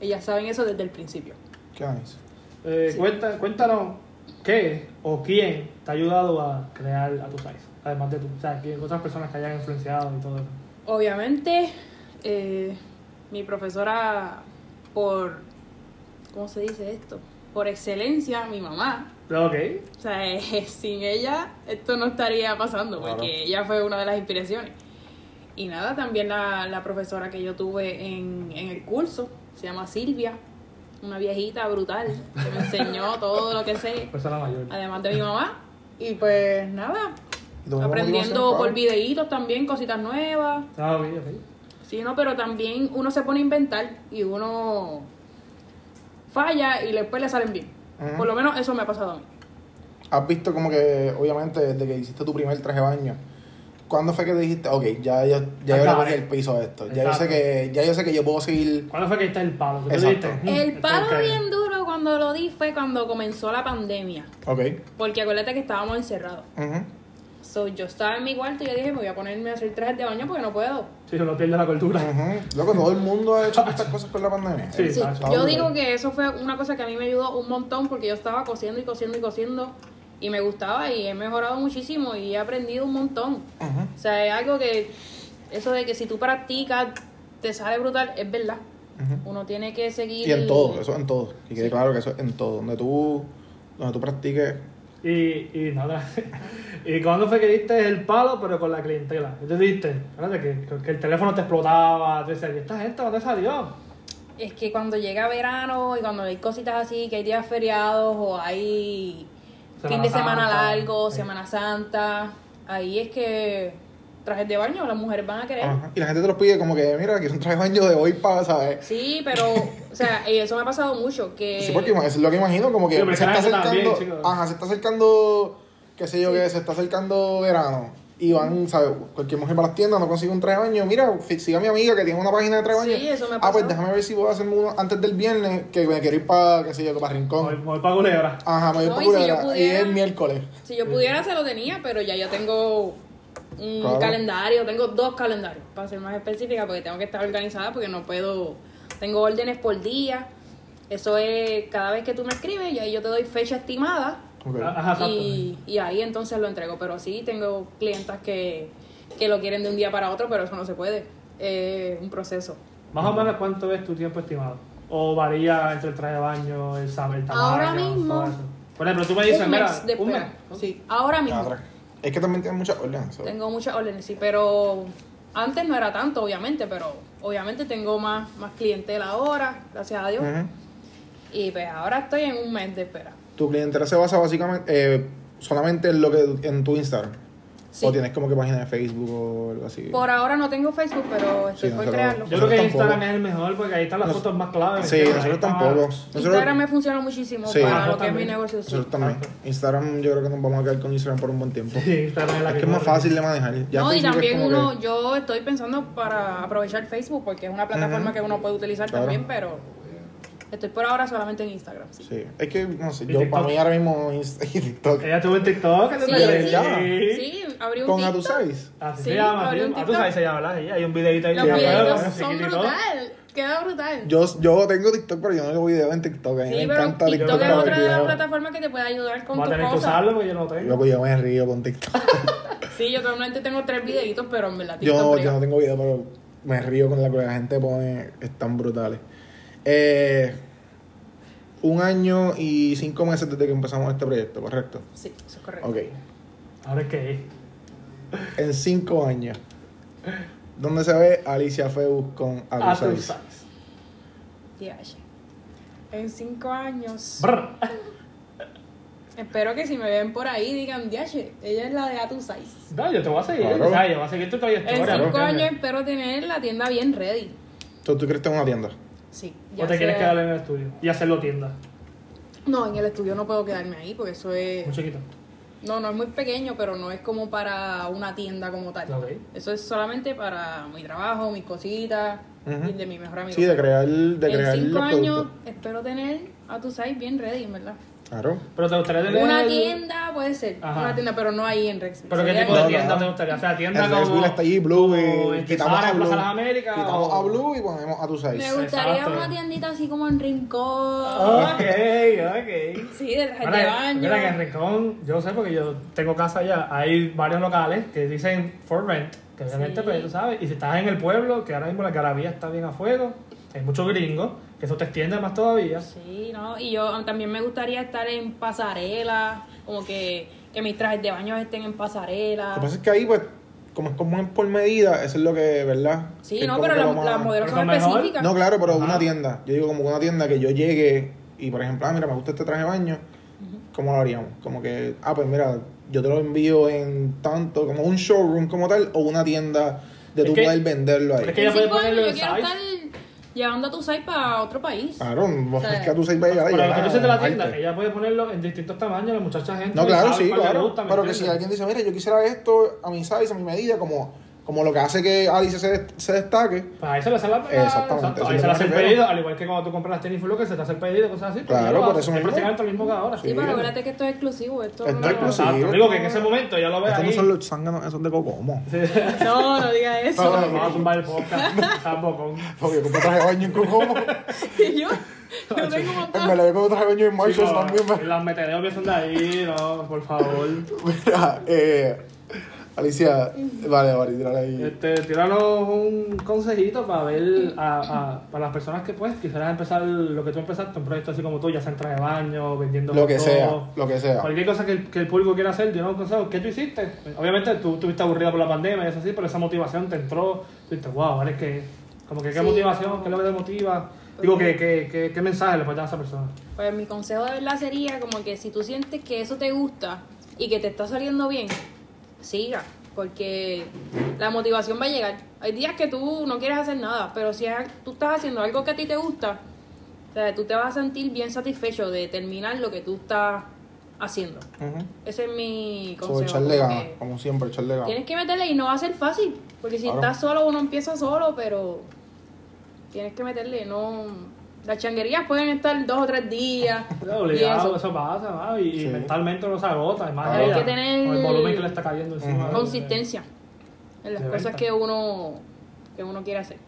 Speaker 3: ellas saben eso desde el principio.
Speaker 2: qué nice.
Speaker 1: Eh,
Speaker 3: Sí.
Speaker 1: cuenta- cuéntanos qué o quién te ha ayudado a crear a tu size. Además de tú, o sea, quién- otras personas que hayan influenciado y todo eso.
Speaker 3: Obviamente, eh, mi profesora por, ¿cómo se dice esto? Por excelencia, mi mamá.
Speaker 1: Pero, ok.
Speaker 3: O sea, [LAUGHS] eh, sin ella esto no estaría pasando,
Speaker 2: Claro.
Speaker 3: porque ella fue una de las inspiraciones. Y nada, también la, la profesora que yo tuve en, en el curso, se llama Silvia, una viejita brutal, que me
Speaker 2: [LAUGHS]
Speaker 3: enseñó todo lo que sé,
Speaker 1: Persona mayor.
Speaker 3: además de mi mamá. Y pues nada,
Speaker 2: Y tú mismo
Speaker 3: aprendiendo
Speaker 2: motivación,
Speaker 3: por
Speaker 2: claro.
Speaker 3: videitos también, cositas nuevas.
Speaker 1: Ah, ok, ok.
Speaker 3: Sí, no, pero también uno se pone a inventar y uno falla y después le salen bien.
Speaker 2: Ujú.
Speaker 3: Por lo menos eso me ha pasado a mí.
Speaker 2: Has visto como que, obviamente, desde que hiciste tu primer traje de baño, ¿cuándo fue que te dijiste, ok, ya yo, ya yo le
Speaker 1: Acabé.
Speaker 2: cogí el piso a esto? Ya yo,
Speaker 1: Exacto.
Speaker 2: sé que, ya yo sé que yo puedo seguir.
Speaker 1: ¿Cuándo fue que está el palo? ¿Qué
Speaker 2: Exacto.
Speaker 1: Este,
Speaker 3: El palo bien duro cuando lo di fue cuando comenzó la pandemia.
Speaker 2: Ok.
Speaker 3: Porque acuérdate que estábamos encerrados.
Speaker 2: Ujú.
Speaker 3: So, yo estaba en mi cuarto y yo dije, me voy a ponerme a hacer trajes de baño porque no puedo.
Speaker 1: Si no pierde la
Speaker 2: [LAUGHS]
Speaker 1: cultura.
Speaker 2: Ujú. Loco, todo el mundo ha hecho estas cosas con la pandemia.
Speaker 1: Sí.
Speaker 3: Sí,
Speaker 1: Exacto.
Speaker 3: yo digo que eso fue una cosa que a mí me ayudó un montón porque yo estaba cosiendo y cosiendo y cosiendo y me gustaba y he mejorado muchísimo y he aprendido un montón.
Speaker 2: Ujú.
Speaker 3: O sea, es algo que, eso de que si tú practicas, te sale brutal, es verdad. Uno tiene que seguir...
Speaker 2: Y en todo, eso en todo. Y quede
Speaker 3: Sí.
Speaker 2: claro que eso es en todo. Donde tú, donde tú practiques.
Speaker 1: Y, y nada. [LAUGHS] ¿Y cuándo fue que diste el palo, pero con la clientela? ¿Qué te diste? Espérate, que, que el teléfono te explotaba. Tú decías, ¿y esta gente no te salió?
Speaker 3: Es que cuando llega verano y cuando hay cositas así, que hay días feriados o hay
Speaker 1: Semana
Speaker 3: fin de semana
Speaker 1: Santa,
Speaker 3: largo,
Speaker 1: sí.
Speaker 3: Semana Santa, ahí es que trajes de baño las mujeres van a querer.
Speaker 2: Ajá. Y la gente te lo pide como que, mira, quiero un traje de baño de hoy para, ¿sabes?
Speaker 3: Sí, pero, o sea, y eso me ha pasado mucho, que...
Speaker 2: Sí, porque ima- es lo que imagino, como que
Speaker 1: Sí, pero
Speaker 2: se está
Speaker 1: es que la gente
Speaker 2: acercando.
Speaker 1: también, chicos.
Speaker 2: ajá, se está acercando, qué sé yo qué, se está acercando verano. Y van, ¿sabes? Cualquier mujer para las tiendas no consigue un traje de baño. Mira, fi- siga a mi amiga que tiene una página de traje de
Speaker 3: Sí,
Speaker 2: baño.
Speaker 3: eso me ha
Speaker 2: ah, pues
Speaker 3: pasado.
Speaker 2: déjame ver si puedo hacerme uno antes del viernes, que me quiero ir para, qué sé yo, para
Speaker 1: Voy,
Speaker 2: Rincón.
Speaker 1: voy para culebra.
Speaker 2: Ajá, me voy
Speaker 3: No,
Speaker 2: para
Speaker 3: y si yo
Speaker 2: Culebra. Y
Speaker 3: pudiera-
Speaker 2: es miércoles.
Speaker 3: Si yo pudiera se lo tenía, pero ya yo tengo un
Speaker 2: Claro.
Speaker 3: calendario, tengo dos calendarios, para ser más específica, porque tengo que estar organizada porque no puedo, tengo órdenes por día. Eso es cada vez que tú me escribes, y ahí yo te doy fecha estimada
Speaker 2: Ok.
Speaker 1: Ajá, exacto.
Speaker 3: y, y ahí entonces lo entrego. Pero sí, tengo clientas que, que lo quieren de un día para otro, pero eso no se puede. Es un proceso.
Speaker 1: Más o menos, ¿cuánto es tu tiempo estimado? ¿O varía entre el traje de baño, el saber, el tamaño?
Speaker 3: Ahora mismo-
Speaker 1: todo eso? Por ejemplo, tú me dices,
Speaker 3: un
Speaker 1: mira,
Speaker 3: mes de
Speaker 1: un mes.
Speaker 3: espera. Sí, ahora
Speaker 2: Ah,
Speaker 3: mismo.
Speaker 2: tra- Es que también tiene muchas órdenes. ¿sabes?
Speaker 3: Tengo muchas órdenes, sí, pero antes no era tanto, obviamente, pero obviamente tengo más, más clientela ahora, gracias a Dios.
Speaker 2: Ujú.
Speaker 3: Y pues ahora estoy en un mes de espera.
Speaker 2: Tu clientela se basa básicamente eh, solamente en lo que en tu Instagram.
Speaker 3: Sí.
Speaker 2: O tienes como que página de Facebook o algo así.
Speaker 3: Por ahora no tengo Facebook, pero estoy
Speaker 2: Sí, no
Speaker 3: por
Speaker 2: te lo-
Speaker 3: crearlo.
Speaker 1: Yo creo que
Speaker 2: Nosotros
Speaker 1: Instagram
Speaker 2: tampoco.
Speaker 1: es el mejor porque ahí están las
Speaker 2: Nos-
Speaker 1: fotos más claves.
Speaker 2: sí,
Speaker 1: ¿entiendes? Ahí
Speaker 2: nosotros
Speaker 1: está más-
Speaker 2: tampoco.
Speaker 3: Instagram
Speaker 2: Nosotros,
Speaker 3: me funciona muchísimo
Speaker 2: Sí.
Speaker 3: para
Speaker 1: Ah,
Speaker 3: lo que es mi
Speaker 1: también.
Speaker 3: negocio. sí.
Speaker 2: nosotros también. Instagram yo creo que nos vamos a quedar con Instagram por un buen tiempo.
Speaker 1: [LAUGHS] Sí, Instagram es la
Speaker 2: Es que es más
Speaker 1: corre.
Speaker 2: fácil de manejar. Ya
Speaker 3: no,
Speaker 2: Facebook
Speaker 3: y
Speaker 2: es
Speaker 3: también
Speaker 2: como que-
Speaker 3: uno, yo estoy pensando para aprovechar Facebook porque es una plataforma que uno puede utilizar
Speaker 2: Claro.
Speaker 3: también, pero estoy por ahora solamente en Instagram. sí.
Speaker 2: Sí, es que no sé,
Speaker 1: Y
Speaker 2: yo para
Speaker 1: TikTok. Eh,
Speaker 2: mí ahora mismo Insta- [LAUGHS] y TikTok.
Speaker 1: Ella tuvo en TikTok.
Speaker 3: Sí,
Speaker 1: ¿entendés?
Speaker 2: sí, ya.
Speaker 3: Sí, abrí un
Speaker 2: Con A tu
Speaker 3: TikTok.
Speaker 2: Size.
Speaker 1: Así
Speaker 3: Sí,
Speaker 1: se llama.
Speaker 3: abrió un
Speaker 1: sí. Ah, tú
Speaker 3: TikTok.
Speaker 1: sabes, se llama, ¿verdad? Sí, Hay un videito ahí.
Speaker 3: Los
Speaker 1: que-
Speaker 3: videitos
Speaker 1: bueno,
Speaker 3: son
Speaker 1: chiquitito.
Speaker 3: brutal, queda brutal.
Speaker 2: Yo, yo tengo TikTok, pero yo no veo videos en TikTok. A mí me
Speaker 3: Sí, pero
Speaker 2: encanta
Speaker 3: TikTok es
Speaker 2: para ver
Speaker 3: otra de las
Speaker 2: videos.
Speaker 3: plataformas que te puede ayudar con
Speaker 1: Voy a
Speaker 3: tus
Speaker 1: tener que
Speaker 3: cosas.
Speaker 1: usarlo porque yo no lo tengo.
Speaker 2: Loco, yo me río con TikTok.
Speaker 3: Sí, yo normalmente tengo tres videitos, pero en verdad Ah, TikTok
Speaker 2: Yo,
Speaker 3: brega.
Speaker 2: yo no tengo video, pero me río con la que la gente pone. Están brutales. Eh, un año y cinco meses desde que empezamos este proyecto, ¿correcto?
Speaker 3: Sí, eso es correcto.
Speaker 2: Ok.
Speaker 1: Ahora es que
Speaker 2: En cinco años, ¿dónde se ve Alicia Febus con
Speaker 1: A tu
Speaker 2: Agus
Speaker 1: size.
Speaker 3: TH. En cinco años.
Speaker 1: Brr.
Speaker 3: Espero que si me ven por ahí digan, DH, ella es la de A tu Size.
Speaker 1: No, yo te voy a seguir.
Speaker 2: Claro.
Speaker 1: o sea, yo voy a seguir tu
Speaker 3: En
Speaker 1: trayectoria.
Speaker 3: cinco
Speaker 1: ¿no?
Speaker 3: años espero tener la tienda bien ready.
Speaker 2: ¿Tú, ¿Tú crees que tengo una tienda?
Speaker 3: Sí.
Speaker 1: ¿O te
Speaker 3: sea-
Speaker 1: quieres quedar en el estudio y hacerlo tienda?
Speaker 3: No, en el estudio no puedo quedarme ahí porque eso es...
Speaker 1: Muy chiquito.
Speaker 3: No, no es muy pequeño, pero no es como para una tienda como tal.
Speaker 1: Ok.
Speaker 3: Eso es solamente para mi trabajo, mis cositas
Speaker 2: Ujú.
Speaker 3: y de mi mejor amigo.
Speaker 2: Sí, de crear, de crear
Speaker 3: en cinco
Speaker 2: los
Speaker 3: años
Speaker 2: productos.
Speaker 3: espero tener a tu site bien ready, en ¿verdad?
Speaker 2: Claro.
Speaker 1: Pero te gustaría tener.
Speaker 3: Una tienda puede ser,
Speaker 1: Ajá.
Speaker 3: una tienda, pero no ahí en Rexville.
Speaker 1: ¿Pero qué
Speaker 3: Sería
Speaker 1: tipo de
Speaker 2: No,
Speaker 1: tienda
Speaker 2: no.
Speaker 1: te gustaría? O sea, tienda
Speaker 2: El
Speaker 1: como.
Speaker 2: Red Bull está allí, Blue.
Speaker 1: como
Speaker 2: Y
Speaker 1: en
Speaker 2: quitamos
Speaker 1: Quezada,
Speaker 2: a
Speaker 1: en
Speaker 2: Blue.
Speaker 1: Plaza de las Américas,
Speaker 2: Quitamos
Speaker 1: o-
Speaker 2: a Blue y ponemos a tu
Speaker 3: Me
Speaker 2: size.
Speaker 3: gustaría
Speaker 1: Exacto.
Speaker 3: una tiendita así como en Rincón.
Speaker 2: Ah.
Speaker 1: Ok, ok.
Speaker 3: Sí, de traje de
Speaker 1: Mira,
Speaker 3: baño.
Speaker 1: mira que en Rincón, yo sé porque yo tengo casa allá, hay varios locales que dicen for rent, que obviamente
Speaker 3: Sí.
Speaker 1: pues tú sabes, y si estás en el pueblo, que ahora mismo la carabía está bien a fuego, hay muchos gringos, que eso te extiende más todavía.
Speaker 3: Sí, no, y yo también me gustaría estar en pasarela, como que, que mis trajes de baño estén en pasarela.
Speaker 2: Lo que pasa es que ahí, pues, como es como es por medida, eso es lo que, ¿verdad?
Speaker 3: Sí,
Speaker 2: Que
Speaker 3: no,
Speaker 2: como
Speaker 3: pero
Speaker 2: que
Speaker 3: las
Speaker 2: vamos a-
Speaker 3: las modelos
Speaker 1: Pero
Speaker 3: son
Speaker 1: mejor-
Speaker 3: específicas.
Speaker 2: No, claro, pero
Speaker 1: Ajá.
Speaker 2: una tienda. Yo digo como que una tienda que yo llegue y, por ejemplo, ah, mira, me gusta este traje de baño. ¿Cómo lo haríamos? Como que, ah, pues mira, yo te lo envío en tanto, como un showroom como tal, o una tienda de
Speaker 1: Es
Speaker 2: tu
Speaker 1: que-
Speaker 2: poder venderlo ahí.
Speaker 1: es que-
Speaker 3: En
Speaker 1: ella puede
Speaker 3: cinco años
Speaker 1: ponerlo
Speaker 3: pues, yo
Speaker 1: en
Speaker 3: quiero
Speaker 1: size.
Speaker 3: estar llevando a tu site para otro país.
Speaker 2: Claro, vos
Speaker 3: O sea,
Speaker 2: es que a tu seis va a llegar ahí,
Speaker 1: Pero lo que
Speaker 2: ¿verdad?
Speaker 1: yo sé de la
Speaker 2: Marte.
Speaker 1: tienda, ella puede ponerlo en distintos tamaños, la muchacha gente.
Speaker 2: No, claro,
Speaker 1: sabe
Speaker 2: sí,
Speaker 1: cuál le
Speaker 2: claro.
Speaker 1: gusta, ¿me
Speaker 2: pero que si
Speaker 1: entiendes?
Speaker 2: alguien dice, mira, yo quisiera esto a mi size, a mi medida, como, como lo que hace que Alice se, dest- se destaque.
Speaker 1: Pues ahí se le hace la
Speaker 2: Exactamente,
Speaker 1: exacto,
Speaker 2: eso
Speaker 1: ahí
Speaker 2: es
Speaker 1: se
Speaker 2: lo
Speaker 1: le hace
Speaker 2: que
Speaker 1: el
Speaker 2: me refiero.
Speaker 1: pedido, al igual que cuando tú compras las tenis Flow, que se te hace el pedido y cosas así. pues
Speaker 2: Claro,
Speaker 1: ella lo
Speaker 2: por
Speaker 1: hace.
Speaker 2: eso
Speaker 1: Es
Speaker 2: mismo.
Speaker 1: prácticamente lo mismo que ahora.
Speaker 3: Sí, pero acuérdate que esto es exclusivo. Esto
Speaker 2: Esto
Speaker 3: no-
Speaker 2: es exclusivo.
Speaker 1: Exacto,
Speaker 2: Sí.
Speaker 1: digo que en ese momento ya lo ve
Speaker 2: Estos
Speaker 1: ahí.
Speaker 2: no son los zánganos, esos de Cocomo.
Speaker 3: [LAUGHS] No, no diga
Speaker 2: [LAUGHS]
Speaker 3: eso.
Speaker 1: No, no, vamos a tumbar el podcast. [LAUGHS] Tampoco.
Speaker 2: Porque yo compré traje de baño en Cocomo. [LAUGHS] en
Speaker 3: Y [LAUGHS] yo, yo tengo un montón.
Speaker 2: verdad, yo compré traje de baño en
Speaker 1: Sí,
Speaker 2: Marshalls
Speaker 1: no,
Speaker 2: también. me-
Speaker 1: Las metedeos que son de ahí, no, por favor.
Speaker 2: Mira, eh, Alicia, vale, vale, tírala ahí.
Speaker 1: Este, tíranos un consejito para ver a, a- para las personas que pues quisieras empezar lo que tú empezaste, un proyecto así como tú, ya sea en traje de baño, vendiendo
Speaker 2: Lo que
Speaker 1: motos,
Speaker 2: sea, lo que sea.
Speaker 1: Cualquier cosa que el, que el público quiera hacer, yo un consejo. ¿Qué tú hiciste? Obviamente tú estuviste aburrida por la pandemia y eso así, pero esa motivación te entró. Tú dices, wow, ahora es que, como que qué
Speaker 3: Sí.
Speaker 1: motivación, qué es lo que te motiva. Digo, ¿qué, qué, qué, qué mensaje le puedes dar a esa persona?
Speaker 3: Pues mi consejo de verdad sería como que si tú sientes que eso te gusta y que te está saliendo bien, siga, porque la motivación va a llegar. Hay días que tú no quieres hacer nada, pero si ha- tú estás haciendo algo que a ti te gusta, o sea, tú te vas a sentir bien satisfecho de terminar lo que tú estás haciendo.
Speaker 2: Ujú.
Speaker 3: Ese es mi consejo.
Speaker 2: Sobre echarle
Speaker 3: como
Speaker 2: ganas,
Speaker 3: que
Speaker 2: como siempre, echarle ganas.
Speaker 3: Tienes que meterle y no va a ser fácil, porque si
Speaker 2: Claro.
Speaker 3: estás solo uno empieza solo, pero tienes que meterle, no... Las changuerías pueden estar dos o tres días.
Speaker 2: [LAUGHS]
Speaker 1: Obligado,
Speaker 3: y
Speaker 1: eso. pasa, ¿no? y
Speaker 2: Sí.
Speaker 1: y mentalmente uno se agota. y más
Speaker 2: Hay
Speaker 1: ella,
Speaker 3: que tener
Speaker 1: con el volumen que le está cayendo encima.
Speaker 2: Ujú.
Speaker 3: consistencia en las
Speaker 1: De
Speaker 3: cosas
Speaker 1: venta.
Speaker 3: que uno que uno quiere hacer.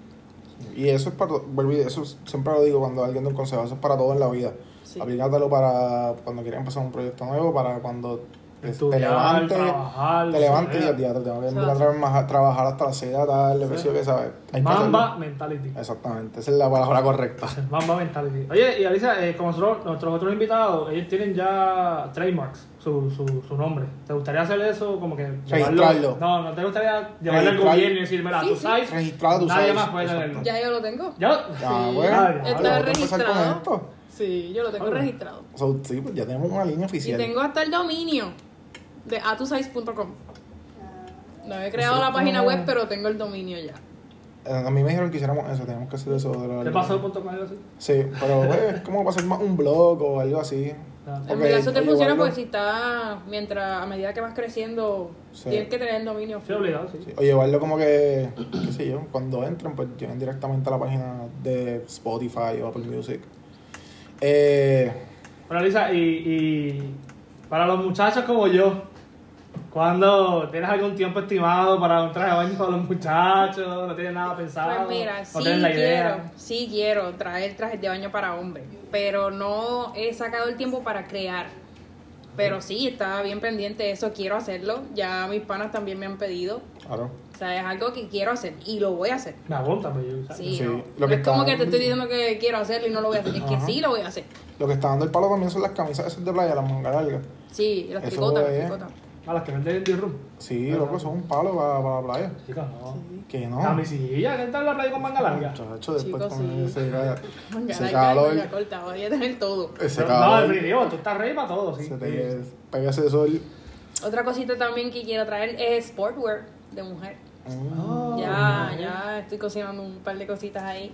Speaker 2: Y eso es para, to- vuelvo y- eso es- siempre lo digo cuando alguien da un consejo, eso es para todo en la vida.
Speaker 3: Sí.
Speaker 2: Aplicátelo para cuando quieras empezar un proyecto nuevo, para cuando te- te
Speaker 1: Estudiar,
Speaker 2: levantes,
Speaker 1: trabajar,
Speaker 2: te levantes y
Speaker 1: estudiar.
Speaker 2: ya, ya te tengo que
Speaker 3: Sí,
Speaker 2: empezar a
Speaker 3: sí.
Speaker 2: tra- maja- trabajar hasta las 6 de la tarde, que
Speaker 1: Sí.
Speaker 2: sí, que sabes. Hay que
Speaker 1: Mamba
Speaker 2: hacerlo.
Speaker 1: mentality.
Speaker 2: Exactamente, esa es la
Speaker 1: [LAUGHS]
Speaker 2: palabra correcta.
Speaker 1: Mamba mentality. Oye, y Alicia, eh, como nosotros, nuestros otros invitados, ellos tienen ya trademarks, su, su, su nombre. ¿Te gustaría hacer eso? Como que llevarlo-
Speaker 2: Registrarlo.
Speaker 1: No, no te gustaría llevarlo al
Speaker 2: Registrar-
Speaker 1: gobierno y decir, mira,
Speaker 3: Sí,
Speaker 1: tú
Speaker 3: sí.
Speaker 1: sabes.
Speaker 2: Registrar tu
Speaker 1: Nadie
Speaker 2: size.
Speaker 1: más puede
Speaker 2: Exacto.
Speaker 1: tenerlo.
Speaker 3: Ya yo lo tengo.
Speaker 1: ¿Ya?
Speaker 2: Ya,
Speaker 3: Sí.
Speaker 1: Ah, ya.
Speaker 2: bueno, ya,
Speaker 1: Está
Speaker 2: pues, vamos a empezar con
Speaker 3: registrado.
Speaker 2: esto.
Speaker 3: Sí, yo lo tengo
Speaker 1: Claro.
Speaker 3: registrado.
Speaker 2: O sea, sí, pues ya tenemos una línea
Speaker 3: Y
Speaker 2: oficial.
Speaker 3: tengo hasta el dominio de atusize.com. No he creado la página web, pero tengo el dominio ya.
Speaker 2: Eh, A mí me dijeron que hiciéramos eso, tenemos que hacer eso. de la-
Speaker 1: ¿Te pasó punto con algo así?
Speaker 2: Sí, pero pues, es como para hacer más un blog o algo así.
Speaker 1: Ah.
Speaker 3: En
Speaker 2: Ok,
Speaker 3: verdad eso te
Speaker 2: oye,
Speaker 3: funciona
Speaker 2: Waldo.
Speaker 3: porque si está mientras a medida que vas creciendo
Speaker 2: Sí.
Speaker 3: tienes que tener el dominio.
Speaker 1: Sí, obligado, sí.
Speaker 2: Sí, O llevarlo como que, qué sé yo, cuando entren, pues lleguen directamente a la página de Spotify o Apple Music. Eh,
Speaker 1: Bueno, Alicia, y, y para los muchachos como yo, ¿cuándo tienes algún tiempo estimado para un traje de baño para los muchachos? ¿No tienes nada pensado?
Speaker 3: Pues mira,
Speaker 1: ¿No
Speaker 3: sí
Speaker 1: tienes la idea?
Speaker 3: quiero, sí quiero traer trajes de baño para hombre, pero no he sacado el tiempo para crear. Pero sí, estaba bien pendiente eso, quiero hacerlo. Ya mis panas también me han pedido.
Speaker 2: claro.
Speaker 3: O sea, es algo que quiero hacer y lo voy a hacer.
Speaker 1: Me aguanta, pero yo. ¿sabes?
Speaker 3: Sí,
Speaker 2: Sí,
Speaker 3: no.
Speaker 2: lo
Speaker 3: No
Speaker 2: que
Speaker 3: es como
Speaker 2: está-
Speaker 3: que te estoy diciendo que quiero hacerlo y no lo voy a hacer. Es que
Speaker 2: Ajá.
Speaker 3: sí lo voy a hacer.
Speaker 2: Lo que está dando el palo también son las camisas esas de playa, las mangas largas.
Speaker 3: Sí, las
Speaker 2: Eso
Speaker 3: tricotas, las
Speaker 2: es.
Speaker 3: tricotas.
Speaker 1: A las que venden en D-Room.
Speaker 2: Sí,
Speaker 1: Ajá.
Speaker 2: loco, son un palo para, para la playa.
Speaker 1: Chicas, no.
Speaker 2: Que no.
Speaker 1: Camisilla, que está en la playa con manga larga.
Speaker 2: Muchacho, después
Speaker 3: Chicos,
Speaker 2: con
Speaker 3: sí.
Speaker 2: ese, ca-
Speaker 3: Manga
Speaker 2: ese
Speaker 3: larga y
Speaker 2: calor,
Speaker 3: manga corta, voy a tener todo.
Speaker 2: ese
Speaker 1: No,
Speaker 2: calor,
Speaker 1: definitivo, tú estás rey para todo, sí.
Speaker 2: se te pega ese sol.
Speaker 3: Otra cosita también que quiero traer es sportwear de mujer.
Speaker 2: Mm.
Speaker 1: Oh,
Speaker 3: Ah. Ya, ya, estoy cocinando un par de cositas ahí.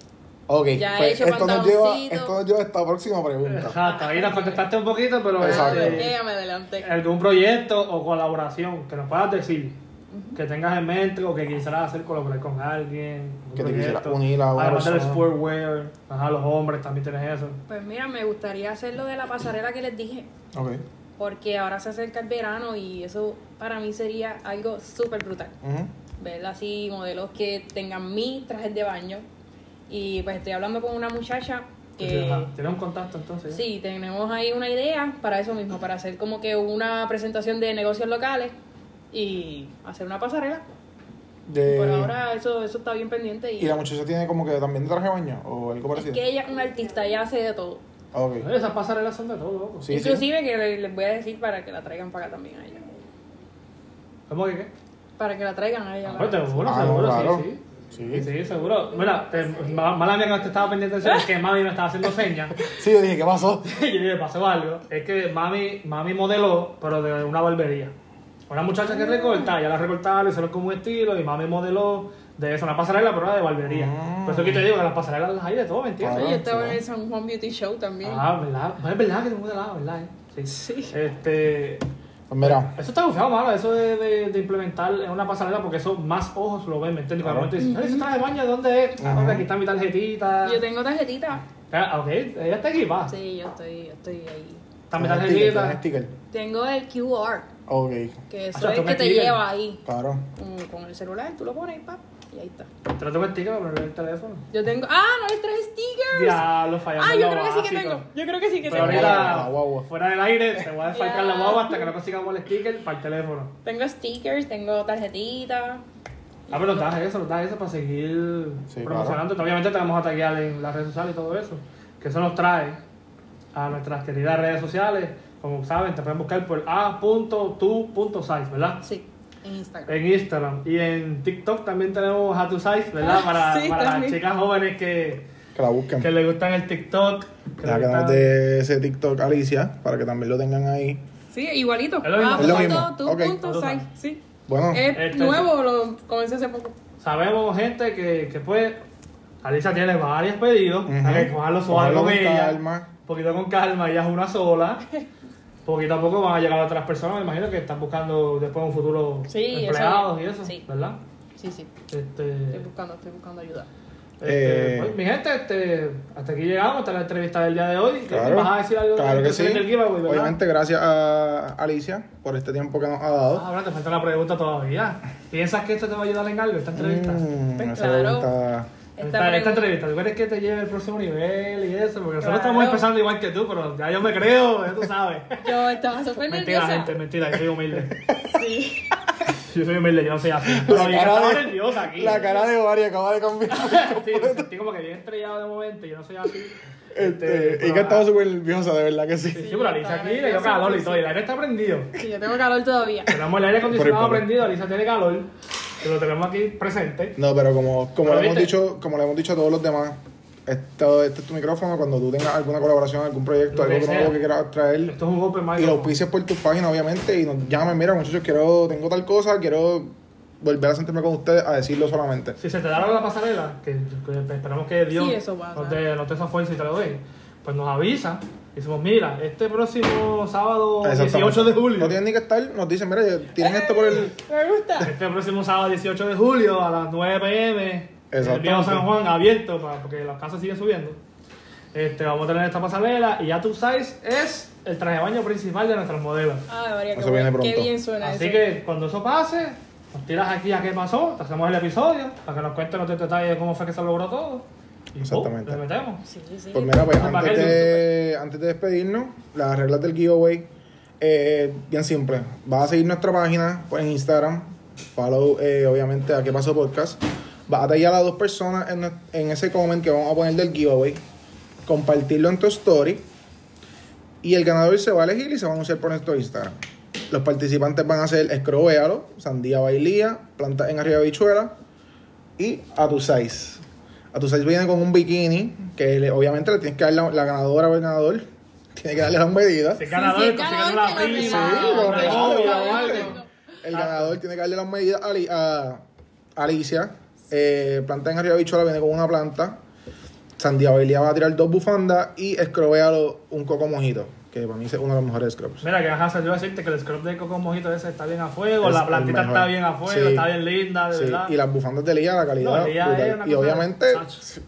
Speaker 2: Ok,
Speaker 3: Ya he
Speaker 2: pues
Speaker 3: hecho
Speaker 2: esto, nos lleva,
Speaker 3: pantaloncito.
Speaker 2: esto nos lleva a esta próxima pregunta.
Speaker 1: Exacto, ahí la contestaste un poquito, pero
Speaker 2: Exacto.
Speaker 3: Ah,
Speaker 1: este,
Speaker 3: ok, me adelanté.
Speaker 1: algún proyecto o colaboración que nos puedas decir que tengas en mente o que quisieras hacer colaborar con alguien. un
Speaker 2: Que te
Speaker 1: proyecto.
Speaker 2: quisieras unir a una
Speaker 1: Además del
Speaker 2: persona.
Speaker 1: sportwear, ajá, los hombres también tienes eso.
Speaker 3: Pues mira, me gustaría hacer lo de la pasarela que les dije.
Speaker 2: Ok.
Speaker 3: Porque ahora se acerca el verano y eso para mí sería algo súper brutal.
Speaker 2: Ujú.
Speaker 3: Ver así modelos que tengan mi traje de baño. Y pues estoy hablando con una muchacha que...
Speaker 1: Ajá, Tienes un contacto entonces.
Speaker 3: Sí, tenemos ahí una idea para eso mismo, para hacer como que una presentación de negocios locales y hacer una pasarela.
Speaker 2: De-
Speaker 3: Por ahora eso, eso está bien pendiente y,
Speaker 2: Eh, ¿Y la muchacha tiene como que también traje de baño o algo
Speaker 3: es
Speaker 2: parecido?
Speaker 3: que ella es una artista, ella hace de todo.
Speaker 2: Ah, Ok.
Speaker 1: Eh, Esas pasarelas son de todo, loco.
Speaker 2: Sí, sí.
Speaker 3: Inclusive que le- les voy a decir para que la traigan para acá también a ella.
Speaker 1: ¿Cómo que qué?
Speaker 3: Para que la traigan a ella.
Speaker 1: Bueno, te lo juro,
Speaker 2: Ah,
Speaker 1: seguro,
Speaker 2: claro.
Speaker 1: sí, sí.
Speaker 2: Sí.
Speaker 1: Sí, seguro. Mira, te, ma- mala mía que no te estaba pendiente de eso, es que mami me estaba haciendo señas. [LAUGHS]
Speaker 2: Sí, yo dije, ¿qué pasó?
Speaker 1: y yo dije, pasó algo. Es que mami, mami modeló, pero de una barbería. Una muchacha que recorta, ya la recortaba, le hicieron como un estilo, y mami modeló de eso, una pasarela, pero era de barbería.
Speaker 2: Ah.
Speaker 1: Por eso que te digo, que las pasarelas las hay de todo, ¿me entiendes?
Speaker 3: Oye,
Speaker 2: Ah,
Speaker 3: yo estaba en
Speaker 2: sí.
Speaker 3: el San Juan Beauty Show también.
Speaker 1: Ah, verdad. Es verdad que te modelaba, ¿verdad? eh? Sí.
Speaker 3: Sí.
Speaker 1: Este,
Speaker 2: Pues mira,
Speaker 1: Eso está bufado, mano, eso de, de, de implementar en una pasarela, porque eso más ojos lo ven, ¿me entiendes? Cuando
Speaker 2: Claro.
Speaker 1: te dicen, ¿ese traje de baño de dónde es? Ah,
Speaker 2: Ajá.
Speaker 1: ok, aquí está mi tarjetita.
Speaker 3: Yo tengo tarjetita.
Speaker 1: Ah, ok, ella está aquí, va.
Speaker 3: Sí, yo estoy, yo estoy ahí.
Speaker 1: Está mi
Speaker 2: tiene sticker, tiene
Speaker 1: tarjetita.
Speaker 2: sticker.
Speaker 3: Tengo el QR,
Speaker 2: Ok,
Speaker 3: que eso
Speaker 1: Ah,
Speaker 3: es
Speaker 1: tú
Speaker 3: el
Speaker 1: me
Speaker 3: que te
Speaker 1: escribes.
Speaker 3: lleva ahí.
Speaker 2: claro.
Speaker 3: Con- Con el celular, tú lo pones y pa, y ahí está.
Speaker 1: Te lo tengo el sticker para ponerle el teléfono.
Speaker 3: Yo tengo. ¡Ah! No les traje stickers.
Speaker 1: Ya, lo fallamos.
Speaker 3: ah, yo
Speaker 1: en lo
Speaker 3: creo que sí que
Speaker 1: básico.
Speaker 3: tengo. Yo creo que sí que
Speaker 1: Pero
Speaker 3: tengo.
Speaker 2: La
Speaker 1: ahorita,
Speaker 2: guagua.
Speaker 1: fuera del aire, te voy a desfalcar la
Speaker 3: Ya.
Speaker 1: guagua hasta que no consigamos el sticker para el teléfono.
Speaker 3: Tengo stickers, tengo tarjetitas.
Speaker 1: Ah, pero nos das eso, nos das eso para seguir
Speaker 2: Sí,
Speaker 1: promocionando. Obviamente te vamos a taggear en las redes sociales y todo eso. Que eso nos trae a nuestras queridas redes sociales. Como saben, te pueden buscar por a.tu.size, ¿verdad?
Speaker 3: Sí, en Instagram.
Speaker 1: En Instagram. Y en TikTok también tenemos a tu size, ¿verdad?
Speaker 3: Ah,
Speaker 1: Para,
Speaker 3: sí,
Speaker 1: para las
Speaker 3: también.
Speaker 1: chicas jóvenes que,
Speaker 2: Que la busquen.
Speaker 1: que les gustan el TikTok. que
Speaker 2: Ya
Speaker 1: les
Speaker 2: que
Speaker 1: gustan-
Speaker 2: de ese TikTok Alicia, para que también lo tengan ahí.
Speaker 3: Sí, igualito.
Speaker 1: Es lo mismo.
Speaker 3: Ah,
Speaker 1: Es
Speaker 2: lo
Speaker 3: punto,
Speaker 2: mismo.
Speaker 3: tú,
Speaker 2: Ok. Ah.
Speaker 3: punto,
Speaker 1: Total.
Speaker 3: sai, Sí.
Speaker 2: Bueno,
Speaker 3: Es
Speaker 1: Este-
Speaker 3: nuevo, lo comencé hace poco.
Speaker 1: Sabemos, gente, que, que pues Alisa tiene varios pedidos.
Speaker 2: Ujú.
Speaker 1: Hay que cogerlo suave
Speaker 2: Cogerlo
Speaker 1: con
Speaker 2: con
Speaker 1: ella.
Speaker 2: calma.
Speaker 1: Poquito con calma, ella es una sola.
Speaker 3: [LAUGHS]
Speaker 1: Poquito a poco van a llegar otras personas, me imagino que están buscando después un futuro
Speaker 3: Sí, eso
Speaker 1: empleados
Speaker 3: es.
Speaker 1: y eso,
Speaker 3: Sí.
Speaker 1: ¿verdad?
Speaker 3: Sí, sí.
Speaker 1: Este,
Speaker 3: Estoy buscando, estoy buscando ayuda.
Speaker 1: este,
Speaker 2: Eh.
Speaker 1: pues, mi gente, este, hasta aquí llegamos, hasta la entrevista del día de hoy.
Speaker 2: claro,
Speaker 1: ¿Vas a decir algo de-
Speaker 2: claro que sí.
Speaker 1: del giveaway, verdad?
Speaker 2: Obviamente, gracias a Alicia por este tiempo que nos ha
Speaker 1: Ah,
Speaker 2: dado.
Speaker 1: ahora te falta una pregunta todavía. ¿Piensas que esto te va a ayudar en algo, esta entrevista?
Speaker 2: Mm,
Speaker 3: Pues
Speaker 2: esa
Speaker 3: claro.
Speaker 2: pregunta-
Speaker 3: Esta
Speaker 1: Esta, esta
Speaker 3: pregunta-
Speaker 1: entrevista, ¿tú crees que te lleve al próximo nivel y eso? Porque nosotros
Speaker 3: Claro.
Speaker 1: estamos empezando igual que tú, pero ya yo me creo, ya tú
Speaker 3: [LAUGHS]
Speaker 1: sabes.
Speaker 3: Yo estaba súper
Speaker 1: mentira,
Speaker 3: nerviosa.
Speaker 1: gente, mentira, yo soy
Speaker 2: [LAUGHS]
Speaker 1: humilde.
Speaker 3: Sí.
Speaker 1: Yo soy humilde, yo no soy así. Pero yo
Speaker 2: cara
Speaker 1: estaba
Speaker 2: de-
Speaker 1: nerviosa aquí.
Speaker 2: La cara de Bari acaba de cambiar.
Speaker 1: Sí, me sentí como que bien estrellado de momento, yo no soy así.
Speaker 2: Este, y
Speaker 1: pero-
Speaker 2: que estaba súper nerviosa, de verdad que sí.
Speaker 1: Sí, sí, pero Alisa aquí le dio
Speaker 3: nerviosa,
Speaker 1: calor y
Speaker 3: sí,
Speaker 1: todo, y el aire está prendido.
Speaker 3: Sí, yo tengo calor todavía.
Speaker 1: Tenemos el aire acondicionado
Speaker 2: Por el-
Speaker 1: prendido, Alisa tiene calor, que lo tenemos aquí presente.
Speaker 2: No, pero como, como,
Speaker 1: Pero
Speaker 2: le hemos
Speaker 1: viste.
Speaker 2: dicho, como le hemos dicho a todos los demás, esto, este es tu micrófono. Cuando tú tengas alguna colaboración, algún proyecto,
Speaker 1: Lo que
Speaker 2: algo
Speaker 1: sea.
Speaker 2: nuevo que quieras traer,
Speaker 1: Esto es un open mic.
Speaker 2: y lo
Speaker 1: loco.
Speaker 2: auspices por tu página, obviamente, y nos llamen, mira, muchachos, quiero, tengo tal cosa, quiero volver a sentarme con ustedes a decirlo solamente.
Speaker 1: Si se te daron la pasarela, que, que esperamos que Dios
Speaker 3: Sí, eso va a
Speaker 1: no, te, no te esa fuerza y te lo dé, pues nos avisa. Decimos, mira, este próximo sábado
Speaker 2: Ah, Exactamente.
Speaker 1: 18 Oh, de julio.
Speaker 2: No tienen ni que estar, nos dicen, mira, tienen esto por el...
Speaker 3: Me
Speaker 1: [LAUGHS]
Speaker 3: gusta.
Speaker 1: Este próximo sábado 18 de julio a las 9 pm. El
Speaker 2: Exactamente.
Speaker 1: viejo San Juan abierto para- porque las casas siguen subiendo. Este, vamos a tener esta pasarela y ya tu size es el traje de baño principal de nuestras modelos.
Speaker 3: Ay, María, qué,
Speaker 2: Eso viene
Speaker 3: bueno, qué
Speaker 2: pronto.
Speaker 3: bien suena
Speaker 1: Así
Speaker 3: eso.
Speaker 1: que cuando eso pase, nos tiras aquí a qué pasó, te hacemos el episodio para que nos cuentes los detalles de cómo fue que se logró todo. Y ¡pum!
Speaker 2: Exactamente.
Speaker 1: le metemos.
Speaker 3: Sí, sí.
Speaker 2: Pues mira, pues
Speaker 1: Ah, para
Speaker 2: antes
Speaker 1: que-
Speaker 2: de, antes de despedirnos, las reglas del giveaway, eh, bien simple. Vas a seguir nuestra página pues, en Instagram, follow eh, obviamente a qué pasó podcast. Vas a tallar a dos personas en, en ese comment que vamos a poner del giveaway, compartirlo en tu story y el ganador se va a elegir y se va a anunciar por nuestro Instagram. Los participantes van a ser Escrobealo, Sandía Bailía, Plantas en Arriba Bichuela y A Tu Size. A Tu Size viene con un bikini que le- obviamente le tienes que dar la, la ganadora o el ganador. Tiene que darle las medidas.
Speaker 1: Si es
Speaker 3: Sí,
Speaker 1: ganador,
Speaker 3: sí,
Speaker 1: sí,
Speaker 3: es
Speaker 1: una
Speaker 3: ganador, que lo
Speaker 1: prima, una
Speaker 3: regale.
Speaker 2: Sí, lo
Speaker 1: novia
Speaker 2: regale,
Speaker 1: o
Speaker 2: obviamente.
Speaker 1: algo.
Speaker 2: El ganador tiene que darle las medidas a, Li- a Alicia. Eh, planta en arriba bichuela viene con una planta. Santiago Ilia va a tirar dos bufandas y Escrobealo un coco mojito, que para mí es uno de los mejores scrubs.
Speaker 1: Mira, que ajá, salió a decirte que el scrub de Coco Mojito ese está bien a fuego,
Speaker 2: Es
Speaker 1: la
Speaker 2: el
Speaker 1: plantita
Speaker 2: mejor.
Speaker 1: está bien a fuego,
Speaker 2: Sí.
Speaker 1: está bien linda, de
Speaker 2: Sí,
Speaker 1: verdad.
Speaker 2: Y las bufandas de Lía, la calidad.
Speaker 1: No, Lía
Speaker 2: brutal.
Speaker 1: es una
Speaker 2: y
Speaker 1: cosa-
Speaker 2: obviamente
Speaker 1: Sacho.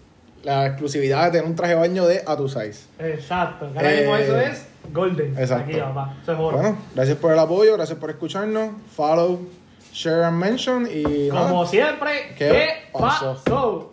Speaker 2: la exclusividad de tener un traje de baño de A Tu Size.
Speaker 1: Exacto, que ahora mismo
Speaker 2: Eh,
Speaker 1: eso es golden.
Speaker 2: exacto.
Speaker 1: Aquí, papá, eso es oro.
Speaker 2: Bueno, gracias por el apoyo, gracias por escucharnos. Follow, share and mention y nada.
Speaker 1: Como siempre, ¿qué,
Speaker 2: ¿Qué pasó?
Speaker 1: pasó?